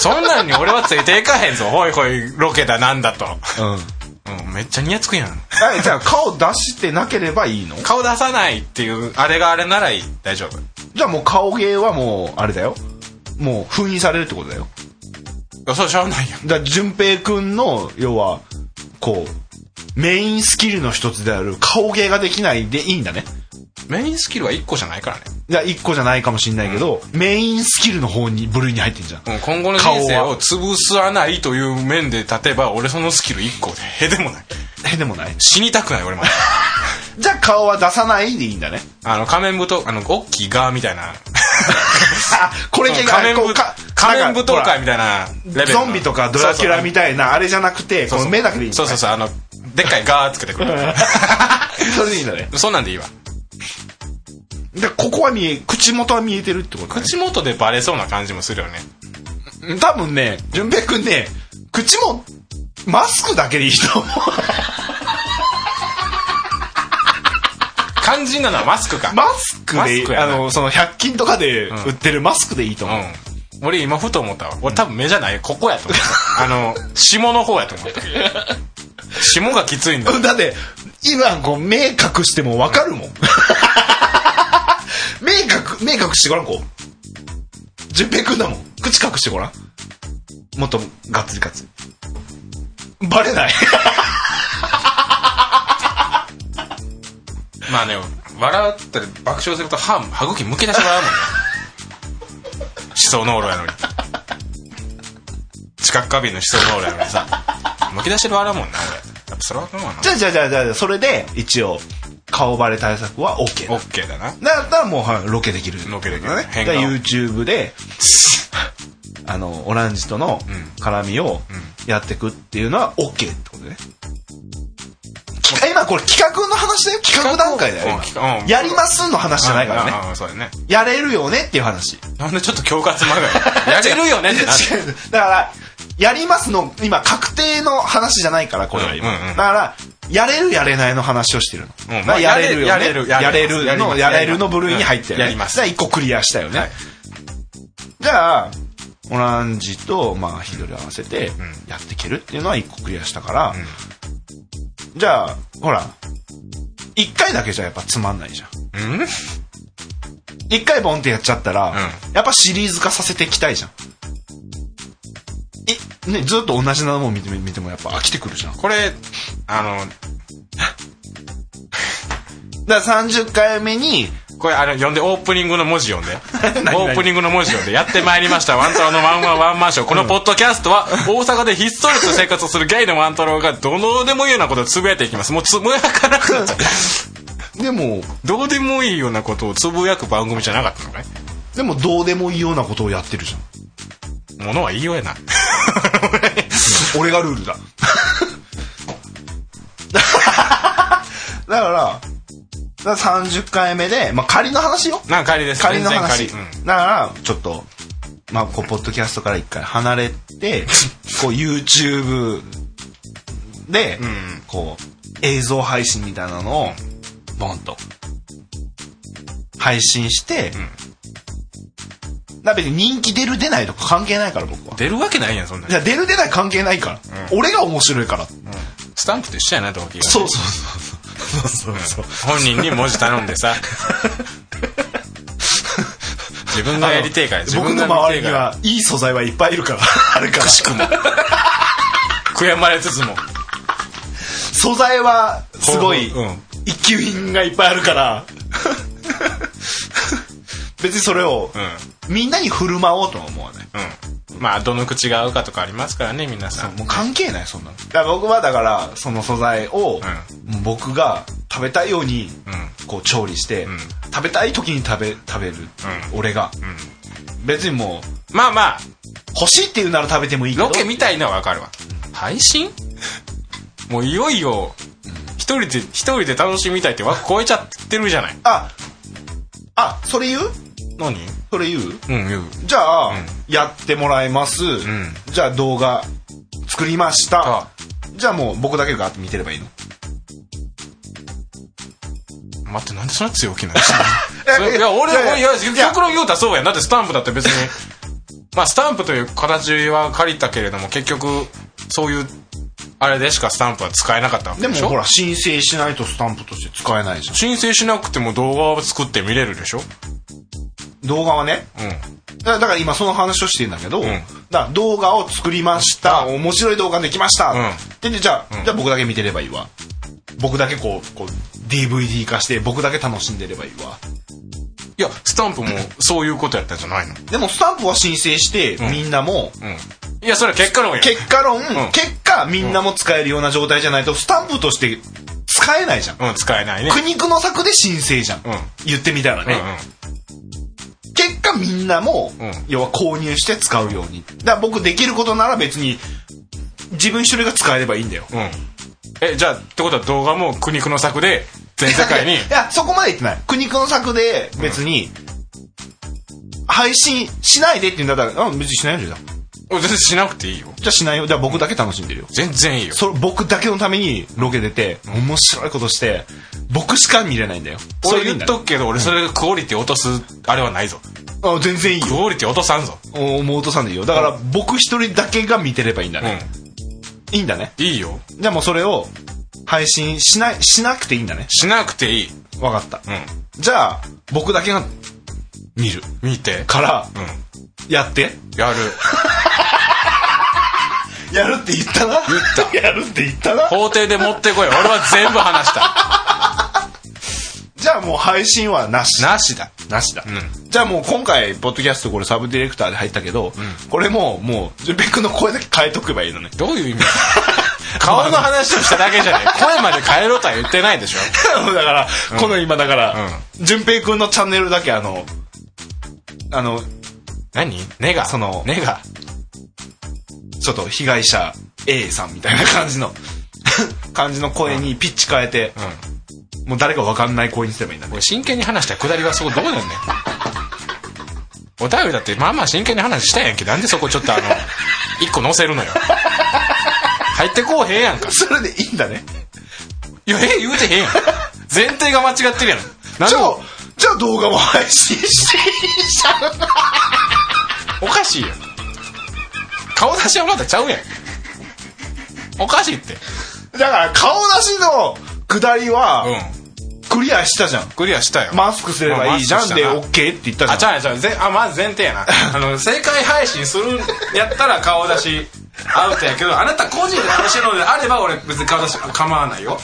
[SPEAKER 2] そんなん <laughs> に俺はついていかへんぞ。ほいほい、ロケだなんだと。
[SPEAKER 1] ん
[SPEAKER 2] うん、めっちゃニヤつくやん。
[SPEAKER 1] <laughs> あじゃあ顔出してなければいいの
[SPEAKER 2] 顔出さないっていう、あれがあれならいい。大丈夫。
[SPEAKER 1] じゃあもう顔芸はもうあれだよもう封印されるってことだよ
[SPEAKER 2] あそうしゃあないやん。
[SPEAKER 1] だから淳平くんの要はこうメインスキルの一つである顔芸ができないでいいんだね
[SPEAKER 2] メインスキルは1個じゃないからね。
[SPEAKER 1] じゃあ一個じゃないかもしんないけど、メインスキルの方に部類に入ってんじゃん
[SPEAKER 2] うん、今後の人生を潰さないという面で立てば、俺そのスキル1個で、へでもない。
[SPEAKER 1] えでもない
[SPEAKER 2] 死にたくない、
[SPEAKER 1] <laughs>
[SPEAKER 2] 俺まで。
[SPEAKER 1] じゃあ顔は出さないでいいんだね
[SPEAKER 2] あの、仮面舞踏、あの、大きいガーみたいな。
[SPEAKER 1] あこれ系が
[SPEAKER 2] 仮面
[SPEAKER 1] こ
[SPEAKER 2] 舞
[SPEAKER 1] うか
[SPEAKER 2] 仮面舞
[SPEAKER 1] なん
[SPEAKER 2] 踏
[SPEAKER 1] かほら
[SPEAKER 2] 会みたいなレベルの。
[SPEAKER 1] ゾンビとかドラキュラみ
[SPEAKER 2] た
[SPEAKER 1] た
[SPEAKER 2] い
[SPEAKER 1] いなあれじゃなくてこの目だけでいいんだ
[SPEAKER 2] そうそうそう、あの、でっかいガーつけ
[SPEAKER 1] <laughs>
[SPEAKER 2] てくる。
[SPEAKER 1] それでいいんだね
[SPEAKER 2] そんなんでいいわ。
[SPEAKER 1] でここは見え口元は見えてるってことね
[SPEAKER 2] 口元でバレそうな感じもするよね。
[SPEAKER 1] 多分ね、淳平くんね、口も、マスクだけでいいと思う。
[SPEAKER 2] 肝心なのはマスクか。
[SPEAKER 1] <laughs> マスク
[SPEAKER 2] マ
[SPEAKER 1] でい
[SPEAKER 2] ス
[SPEAKER 1] い、
[SPEAKER 2] クや
[SPEAKER 1] あ
[SPEAKER 2] な
[SPEAKER 1] の、その100均とかで売ってるマスクでいいと思う。
[SPEAKER 2] うん。俺今ふと思ったわ。俺多分目じゃないここやと思 <laughs> った。あの、下の方やと思った。下がきついんだ。
[SPEAKER 1] だって、今、こう、目隠してもわか <laughs> るもん。目隠、目隠してごらん、こう。淳平くんだもん。口隠してごらん。もっと、ガッツリガッツリ。バレない。
[SPEAKER 2] まあね、笑ったり爆笑すると歯、歯茎むけ出してもらうもんね。思想脳炉やのに。知覚過敏の思想脳炉やのにさ。むき出して笑うもんな、俺。やっぱそれはあかんわ
[SPEAKER 1] <laughs>
[SPEAKER 2] な
[SPEAKER 1] じ。ゃあじゃあじゃあじゃあ、それで、一応、顔バレ対策は OK だ
[SPEAKER 2] オッケーだな。
[SPEAKER 1] だったらもう、はい、ロケできる。
[SPEAKER 2] ロケできる
[SPEAKER 1] ね。
[SPEAKER 2] 変
[SPEAKER 1] だ
[SPEAKER 2] 顔 <laughs>
[SPEAKER 1] から YouTube で、あの、オランジとの絡みをやってくっていうのは OK ってことね。き今これ企画の話だよ企画段階だよ
[SPEAKER 2] うん
[SPEAKER 1] 今
[SPEAKER 2] うん
[SPEAKER 1] やりますの話じゃないからね
[SPEAKER 2] ね。そうだね。
[SPEAKER 1] やれるよねっていう話
[SPEAKER 2] なんでちょっと恐喝まるだよ。 <laughs> やれるよねってなる。
[SPEAKER 1] <laughs> 違うだからやりますの今確定の話じゃないからこれは今、
[SPEAKER 2] うんうんうん
[SPEAKER 1] だからやれるやれないの話をしてるの、
[SPEAKER 2] うん
[SPEAKER 1] まあやれるよ、ね、
[SPEAKER 2] やれる
[SPEAKER 1] や
[SPEAKER 2] や
[SPEAKER 1] れ
[SPEAKER 2] れる
[SPEAKER 1] るのや
[SPEAKER 2] や
[SPEAKER 1] れ
[SPEAKER 2] れます
[SPEAKER 1] るの部類に入ってる、ね
[SPEAKER 2] やります
[SPEAKER 1] だから一個クリアしたよね、
[SPEAKER 2] はい
[SPEAKER 1] じゃあオランジとまあ日取り合わせて
[SPEAKER 2] ん
[SPEAKER 1] やっていけるっていうのは一個クリアしたから、じゃあほら一回だけじゃやっぱつまんないじゃん
[SPEAKER 2] うん
[SPEAKER 1] 一回ボンってやっちゃったら、やっぱシリーズ化させていきたいじゃん。え、ね、ずっと同じなもん見て見てもやっぱ飽きてくるじゃん。だか
[SPEAKER 2] これ、あの、
[SPEAKER 1] ら30回目に、
[SPEAKER 2] これ、あの、読んで、オープニングの文字読んで。
[SPEAKER 1] <laughs> 何
[SPEAKER 2] オープニングの文字読んで、やってまいりました、ワントロのワンワンワンマンション。このポッドキャ
[SPEAKER 1] <laughs>
[SPEAKER 2] ストは、大阪でひっそりと生活をするゲイのワントロが、どのでもいいようなことをつぶやいていきます。もうつぶやかなくなっち
[SPEAKER 1] <laughs>
[SPEAKER 2] ゃう。
[SPEAKER 1] でも、
[SPEAKER 2] どうでもいいようなことをつぶやく番組じゃなかったのかい
[SPEAKER 1] でもどうでもいいようなことをやってるじゃん。
[SPEAKER 2] ものは言いようやな。
[SPEAKER 1] 俺がルールだ。だから、だから30回目で、まあ仮の話よ。
[SPEAKER 2] なんか仮です。
[SPEAKER 1] 仮の話。
[SPEAKER 2] 全然仮うん
[SPEAKER 1] だから、ちょっと、まあ、こう、ポッドキャストから一回離れ <laughs> て、こう、YouTube で、
[SPEAKER 2] ん
[SPEAKER 1] こう、映像配信みたいなのを、ボンと、配信して、だから別に人気出る出ないとか関係ないから、僕は。
[SPEAKER 2] 出るわけないやん、そんなの
[SPEAKER 1] い。や、出る出ない関係ないから。俺が面白いから。
[SPEAKER 2] スタンプと一緒やな、動機が。
[SPEAKER 1] そうそうそう。そうそうそう。
[SPEAKER 2] 本人に文字頼ん
[SPEAKER 1] <laughs>
[SPEAKER 2] でさ。自分がやりてえから、自
[SPEAKER 1] 僕
[SPEAKER 2] 分
[SPEAKER 1] の
[SPEAKER 2] が
[SPEAKER 1] 周
[SPEAKER 2] 見
[SPEAKER 1] り
[SPEAKER 2] て
[SPEAKER 1] に
[SPEAKER 2] えから。
[SPEAKER 1] は、いい素材はいっぱいいるから、 <laughs> あるから。
[SPEAKER 2] 悔やまれつつも。
[SPEAKER 1] 素材はすごい
[SPEAKER 2] うん
[SPEAKER 1] 一級品がいっぱいあるから <laughs> 別にそれを
[SPEAKER 2] う
[SPEAKER 1] みんなに振る舞おうとは思わない
[SPEAKER 2] うん。まあ、どの口が合うかとかありますからね、皆さん。
[SPEAKER 1] もう関係ないそんなのだから僕はだからその素材をもう僕が食べたいように
[SPEAKER 2] う
[SPEAKER 1] こう調理して
[SPEAKER 2] ん
[SPEAKER 1] 食べたい時に食べ食べる俺が別にもう
[SPEAKER 2] まあまあ、
[SPEAKER 1] 欲しいっていうなら食べてもいいけど
[SPEAKER 2] ロケみたいのはわかるわ。配 <laughs> 信もういよいよ、一人で、一人で楽しみたいって枠超えちゃってるじゃない。
[SPEAKER 1] ああそれ言う
[SPEAKER 2] 何
[SPEAKER 1] それ言う
[SPEAKER 2] うん、言う。
[SPEAKER 1] じゃあ、やってもらいます、
[SPEAKER 2] ん
[SPEAKER 1] じゃあ動画作りまし
[SPEAKER 2] あ
[SPEAKER 1] たじゃあもう僕だけが見てればいいの
[SPEAKER 2] 待って、なんでそんな強気なんですか <laughs> いや、俺、俺、いや、
[SPEAKER 1] いや
[SPEAKER 2] 極論言うたらそうやん。だってスタンプだって別に、まあ、スタンプという形は借りたけれども、結局、そういう、あれでしかスタンプは使えなかったわけ
[SPEAKER 1] で
[SPEAKER 2] で
[SPEAKER 1] も
[SPEAKER 2] しょ
[SPEAKER 1] ほら申請しないとスタンプとして使えないじゃ
[SPEAKER 2] 申請しなくても動画を作って見れるでしょ
[SPEAKER 1] ん動画はね
[SPEAKER 2] うん。
[SPEAKER 1] だだから今その話をしてるんだけど、
[SPEAKER 2] ん
[SPEAKER 1] だから動画を作りました、面白い動画できました、ででじゃあ、じゃあ僕だけ見てればいいわ僕だけこうこう DVD 化して僕だけ楽しんでればいいわ
[SPEAKER 2] いや、スタンプもそういうことやったんじゃないの
[SPEAKER 1] でもスタンプは申請して、みんなも
[SPEAKER 2] うん。いや、それは結果論や。
[SPEAKER 1] 結果論、結果みんなも使えるような状態じゃないとスタンプとして使えないじゃん、
[SPEAKER 2] うん、使えないね。
[SPEAKER 1] 苦肉の策で申請じゃん、
[SPEAKER 2] うん
[SPEAKER 1] 言ってみたら
[SPEAKER 2] うん
[SPEAKER 1] ね、結果みんなも、
[SPEAKER 2] うん
[SPEAKER 1] 要は購入して使うようにだから僕できることなら別に自分一人が使えればいいんだよ
[SPEAKER 2] うん。うん。え、じゃあ、ってことは動画も苦肉の策で、全世界に <laughs>
[SPEAKER 1] い、やそこまで言ってない苦肉の策で別に、配信しないでって言うんだったら、うん、別にしないよ、じゃあ。
[SPEAKER 2] 全然しなくていいよ。
[SPEAKER 1] じゃあしないよ。じゃあ僕だけ楽しんでるよ。
[SPEAKER 2] 全然いいよ。
[SPEAKER 1] それ僕だけのためにロケ出て、面白いことして、僕しか見れないんだよ。
[SPEAKER 2] 俺
[SPEAKER 1] それ
[SPEAKER 2] 言
[SPEAKER 1] でいいんだ
[SPEAKER 2] っとくけど、俺それがクオリティ落とす、あれはないぞ。
[SPEAKER 1] あ全然いいよ
[SPEAKER 2] ク。オリティ落とさんぞ。
[SPEAKER 1] おもう落とさんでいいよ。だから僕一人だけが見てればいいんだ
[SPEAKER 2] う
[SPEAKER 1] ね。
[SPEAKER 2] ん。
[SPEAKER 1] いいんだね。
[SPEAKER 2] いいよ。
[SPEAKER 1] じゃあもうそれを配信しない、しなくていいんだね。
[SPEAKER 2] しなくていい。
[SPEAKER 1] わかった。
[SPEAKER 2] う
[SPEAKER 1] じゃあ、僕だけが見る
[SPEAKER 2] ん。見て。
[SPEAKER 1] から、
[SPEAKER 2] うん。
[SPEAKER 1] やって。
[SPEAKER 2] <laughs> やる。
[SPEAKER 1] やるって言ったな。言った。 <laughs> やるって言ったな。
[SPEAKER 2] 法廷で持ってこい。俺は全部話した。
[SPEAKER 1] じゃあもう配信はなし。
[SPEAKER 2] なしだ。
[SPEAKER 1] なしだ、
[SPEAKER 2] ん
[SPEAKER 1] じゃあもう今回ポッドキャストこれサブディレクターで入ったけど、これもうもう純平君の声だけ変えとけばいいのね
[SPEAKER 2] どういう意味 <laughs> 顔の話をしただけじゃない。声まで変えろとは言ってないでし
[SPEAKER 1] <laughs>
[SPEAKER 2] ょ。
[SPEAKER 1] だから、この今だから、純平君のチャンネルだけあのあの
[SPEAKER 2] 何根が。
[SPEAKER 1] その
[SPEAKER 2] 根が。
[SPEAKER 1] ちょっと被害者 A さんみたいな感じの <laughs> 感じの声にピッチ変えて、
[SPEAKER 2] うん。
[SPEAKER 1] もう誰かわかんない声にすればいいんだね
[SPEAKER 2] これ真剣に話したくだりはそこどうなんねん。お便りだって、まあまあ真剣に話したやんけ。なんでそこちょっとあ <laughs> の、一個載せるのよ。入ってこうへんやんか。
[SPEAKER 1] それでいいんだね
[SPEAKER 2] いや、ええ言うてへんやん。前提が間違ってるやん。なん
[SPEAKER 1] じ
[SPEAKER 2] で
[SPEAKER 1] ゃあ
[SPEAKER 2] も
[SPEAKER 1] じゃあ動画も配信し <laughs>
[SPEAKER 2] おかしいやん。顔出しはまだちゃうやん。おかしいって。
[SPEAKER 1] だから顔出しの下り
[SPEAKER 2] う
[SPEAKER 1] は
[SPEAKER 2] ん。
[SPEAKER 1] クリアしたじゃん、
[SPEAKER 2] クリアしたよ。
[SPEAKER 1] マスクすればいいじゃんで
[SPEAKER 2] まあマ
[SPEAKER 1] OK
[SPEAKER 2] ス
[SPEAKER 1] って言ったじゃん
[SPEAKER 2] あ、ちゃうやんちゃうやんぜんあ、まず前提や <laughs> な。あの、正解配信するんやったら顔出しアウトやけど、あなた個人で話してるのであれば俺別に顔出し構わないよ。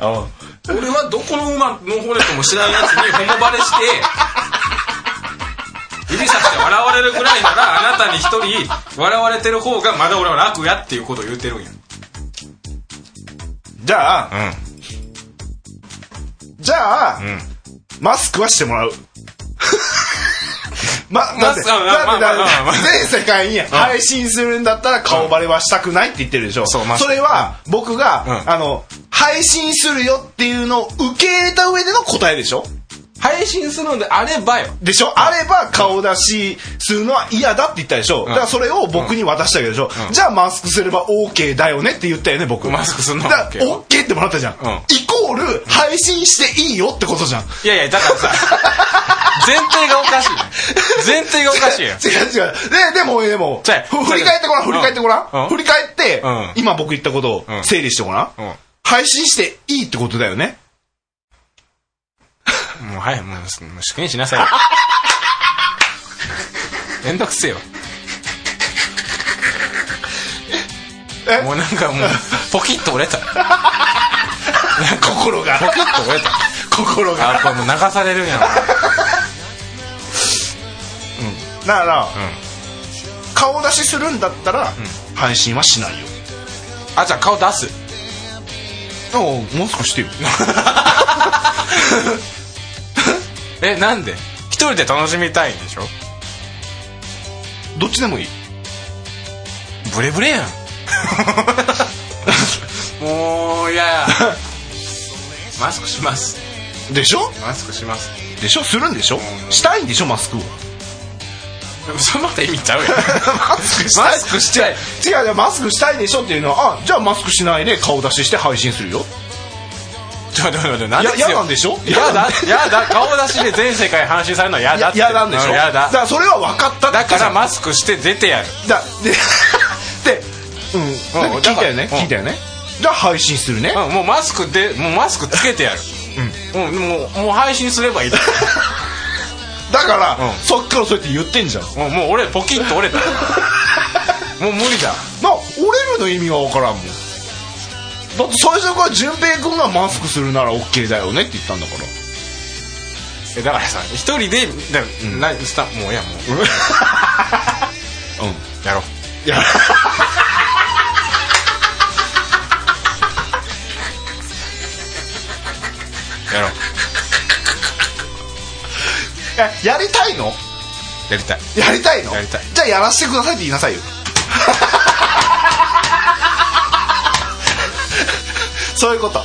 [SPEAKER 2] 俺はどこの馬の骨とも知らんやつにホモバレして、指さして笑われるぐらいならあなたに一人笑われてる方がまだ俺は楽やっていうことを言ってるんや。
[SPEAKER 1] じゃあ
[SPEAKER 2] う
[SPEAKER 1] じゃあ、
[SPEAKER 2] ん。うん。
[SPEAKER 1] マスクはしてもらう。 <laughs> ま、だ
[SPEAKER 2] マ
[SPEAKER 1] って、
[SPEAKER 2] スクはま
[SPEAKER 1] だっ
[SPEAKER 2] あ
[SPEAKER 1] て、だ
[SPEAKER 2] まあまあま
[SPEAKER 1] っ
[SPEAKER 2] あ
[SPEAKER 1] て、全世界に配信するんだったら顔バレはしたくないって言ってるでしょ。
[SPEAKER 2] そうまあ
[SPEAKER 1] それは、僕が、
[SPEAKER 2] うん
[SPEAKER 1] あの、配信するよっていうのを受け入れた上での答えでしょ
[SPEAKER 2] 配信するのであればよ。
[SPEAKER 1] でしょあれば顔出しするのは嫌だって言ったでしょだからそれを僕に渡したわけでしょ
[SPEAKER 2] うん
[SPEAKER 1] じゃあマスクすれば OK だよねって言ったよね、僕。
[SPEAKER 2] マスクするのは
[SPEAKER 1] だから
[SPEAKER 2] OK よ
[SPEAKER 1] OK ってもらったじゃん。イコール配信していいよってことじゃん。
[SPEAKER 2] いやいや、だからさ、 <laughs> 前提がおかしいね。前提がおかしいやん。
[SPEAKER 1] 違う違う。で、でも、でも、
[SPEAKER 2] 違う
[SPEAKER 1] ふ振り返ってごらん、
[SPEAKER 2] うん
[SPEAKER 1] 振り返ってごら
[SPEAKER 2] うん
[SPEAKER 1] ん。振り返って
[SPEAKER 2] うん、
[SPEAKER 1] 今僕言ったこと
[SPEAKER 2] う
[SPEAKER 1] を
[SPEAKER 2] ん
[SPEAKER 1] 整理してごらん
[SPEAKER 2] うん。
[SPEAKER 1] 配信していいってことだよね。 <laughs>
[SPEAKER 2] もうはい、もう、もう試験しなさいよ。 <laughs> めんどくせえよ。
[SPEAKER 1] え
[SPEAKER 2] もうなんかもう、ポキッと折れた。
[SPEAKER 1] 心
[SPEAKER 2] ポ
[SPEAKER 1] が、
[SPEAKER 2] キッと折れた。
[SPEAKER 1] 心が。
[SPEAKER 2] あ、これもう流されるやん。
[SPEAKER 1] だから
[SPEAKER 2] ん、
[SPEAKER 1] 顔出しするんだったら、配信はしないよ。
[SPEAKER 2] あ、じゃあ顔出す。
[SPEAKER 1] おもう少ししてよ。
[SPEAKER 2] え、なんで一人で楽しみたいんでしょ
[SPEAKER 1] どっちでもいい。
[SPEAKER 2] ブレブ <laughs> レやん。もう、いやや。マスクします。
[SPEAKER 1] でしょ
[SPEAKER 2] マスクします。
[SPEAKER 1] でしょするんでしょ
[SPEAKER 2] ん
[SPEAKER 1] したいんでしょマスクを。
[SPEAKER 2] でもそれまた意味ちゃ <laughs> うやん。
[SPEAKER 1] マスクし
[SPEAKER 2] マスクしちゃえ。
[SPEAKER 1] 違う違う、マスクしたいでしょっていうのは、あ、じゃあマスクしないで顔出しして配信するよ。
[SPEAKER 2] ちょっと待って待ってなんで
[SPEAKER 1] や、
[SPEAKER 2] 強い
[SPEAKER 1] 嫌なんでしょ
[SPEAKER 2] やだ、やだ、顔出しで全世界配信されるのはやだって。
[SPEAKER 1] 嫌なんでしょ
[SPEAKER 2] う
[SPEAKER 1] だ
[SPEAKER 2] やだ
[SPEAKER 1] か。らそれは分かったって
[SPEAKER 2] だから
[SPEAKER 1] だ
[SPEAKER 2] マスクして出てやる。
[SPEAKER 1] で <laughs> でうんなんか聞いたよね
[SPEAKER 2] うん
[SPEAKER 1] 聞いたよねじゃあ配信するね
[SPEAKER 2] うん、もうマスクで、もうマスクつけてやる。うん。もう、もう配信すればいいだけ。
[SPEAKER 1] だから
[SPEAKER 2] うん
[SPEAKER 1] そっからそうやって言ってんじゃん <laughs>
[SPEAKER 2] もう、もう俺ポキッと折れた。もう無理だ。
[SPEAKER 1] な折れるの意味が分からんもんだって最初から淳平君がマスクするなら OK だよねって言ったんだから
[SPEAKER 2] えだからさ、一人で、だな、した、もういや、もう。
[SPEAKER 1] うん
[SPEAKER 2] やろ
[SPEAKER 1] い
[SPEAKER 2] う。
[SPEAKER 1] や
[SPEAKER 2] やろう。
[SPEAKER 1] やりたいの
[SPEAKER 2] やりたい。
[SPEAKER 1] やりたいの
[SPEAKER 2] やりたい
[SPEAKER 1] じゃあやらせてくださいって言いなさい
[SPEAKER 2] <laughs>
[SPEAKER 1] よそういうこと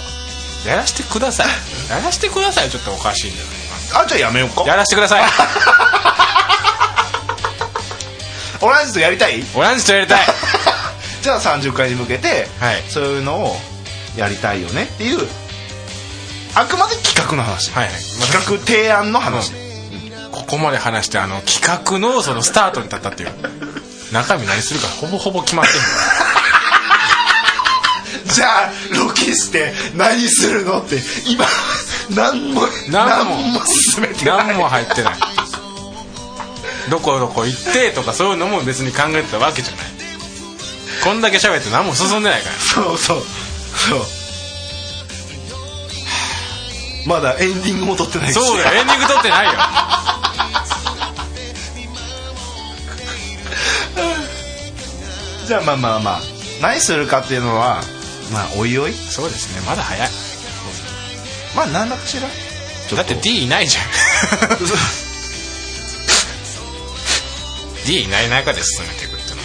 [SPEAKER 2] やらしてくださ <laughs> い。やらしてください。ちょっとおかしいんだよね。
[SPEAKER 1] あじゃあやめようか
[SPEAKER 2] やらしてください。
[SPEAKER 1] オランジとやりた
[SPEAKER 2] <laughs>
[SPEAKER 1] い
[SPEAKER 2] オランジとやりたい。
[SPEAKER 1] じゃあ30回に向けて、
[SPEAKER 2] はい
[SPEAKER 1] そういうのをやりたいよねっていうあくまで企画の話、
[SPEAKER 2] はいはい。
[SPEAKER 1] 企画提案の話、
[SPEAKER 2] ここまで話してあの企画のそのスタートに立ったっていう中身何するかほぼほぼ決まってん
[SPEAKER 1] じゃあロケして何するのって今何も
[SPEAKER 2] 何も
[SPEAKER 1] 進めて
[SPEAKER 2] の <laughs>
[SPEAKER 1] ない
[SPEAKER 2] 何も入ってないどこどこ行ってとかそういうのも別に考えてたわけじゃないこんだけ喋って何も進んでないから
[SPEAKER 1] そうそうそうまだエンディングも撮ってないし
[SPEAKER 2] <laughs> そう <laughs> だよエンディング撮ってないよ
[SPEAKER 1] じゃあまあまあまあ何するかっていうのはまあおいおい
[SPEAKER 2] そうですねまだ早い
[SPEAKER 1] まあ何らかしらと
[SPEAKER 2] だって D いない <laughs> じゃん D いない中で進めていくっての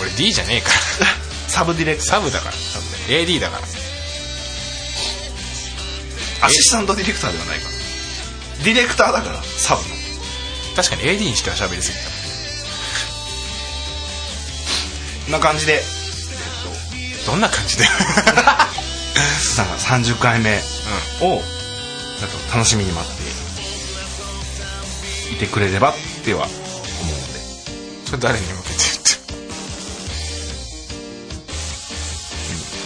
[SPEAKER 2] 俺 D じゃねえから
[SPEAKER 1] <laughs> サブディレクター
[SPEAKER 2] サブだからサブだよ AD だから
[SPEAKER 1] アシスタントディレクターではないからディレクターだからサブの
[SPEAKER 2] 確かに AD にしては喋りすぎた
[SPEAKER 1] こんな感じで
[SPEAKER 2] どんな <laughs> 感じで
[SPEAKER 1] なんか30回目を、だと楽しみに待っていてくれればっては思うので
[SPEAKER 2] それ誰に向けて言って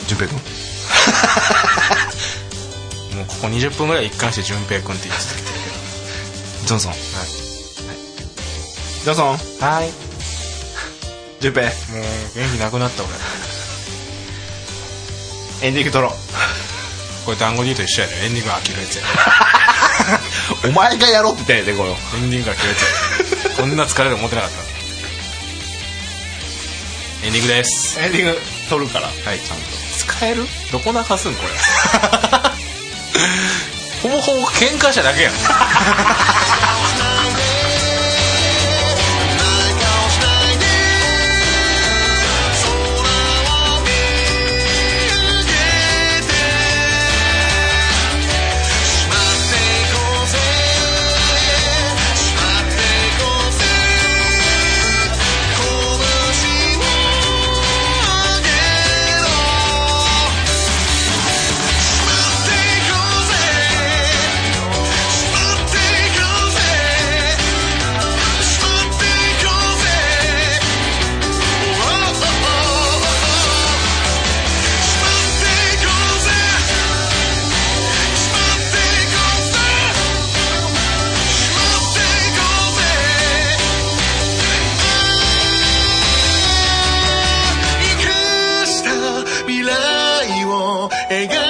[SPEAKER 1] 淳平君
[SPEAKER 2] もうここ20分ぐらい一貫して淳平君って言ってたけ
[SPEAKER 1] ジョンソン
[SPEAKER 2] ど
[SPEAKER 1] ジョンソン
[SPEAKER 2] はいはい
[SPEAKER 1] 淳平
[SPEAKER 2] もう元気なくなった俺
[SPEAKER 1] エンディング撮ろう
[SPEAKER 2] これ団子 D と一緒やでエンディングは諦めて
[SPEAKER 1] <laughs> お前がやろうって言ったんやでこれを
[SPEAKER 2] エンディングが切れちゃうこんな疲れる思ってなかったエンディングです
[SPEAKER 1] エンディング撮るから
[SPEAKER 2] はいちゃんと使えるどこ流すんこ <laughs> れほぼほぼ喧嘩者だけやん
[SPEAKER 3] 生かした未来を描く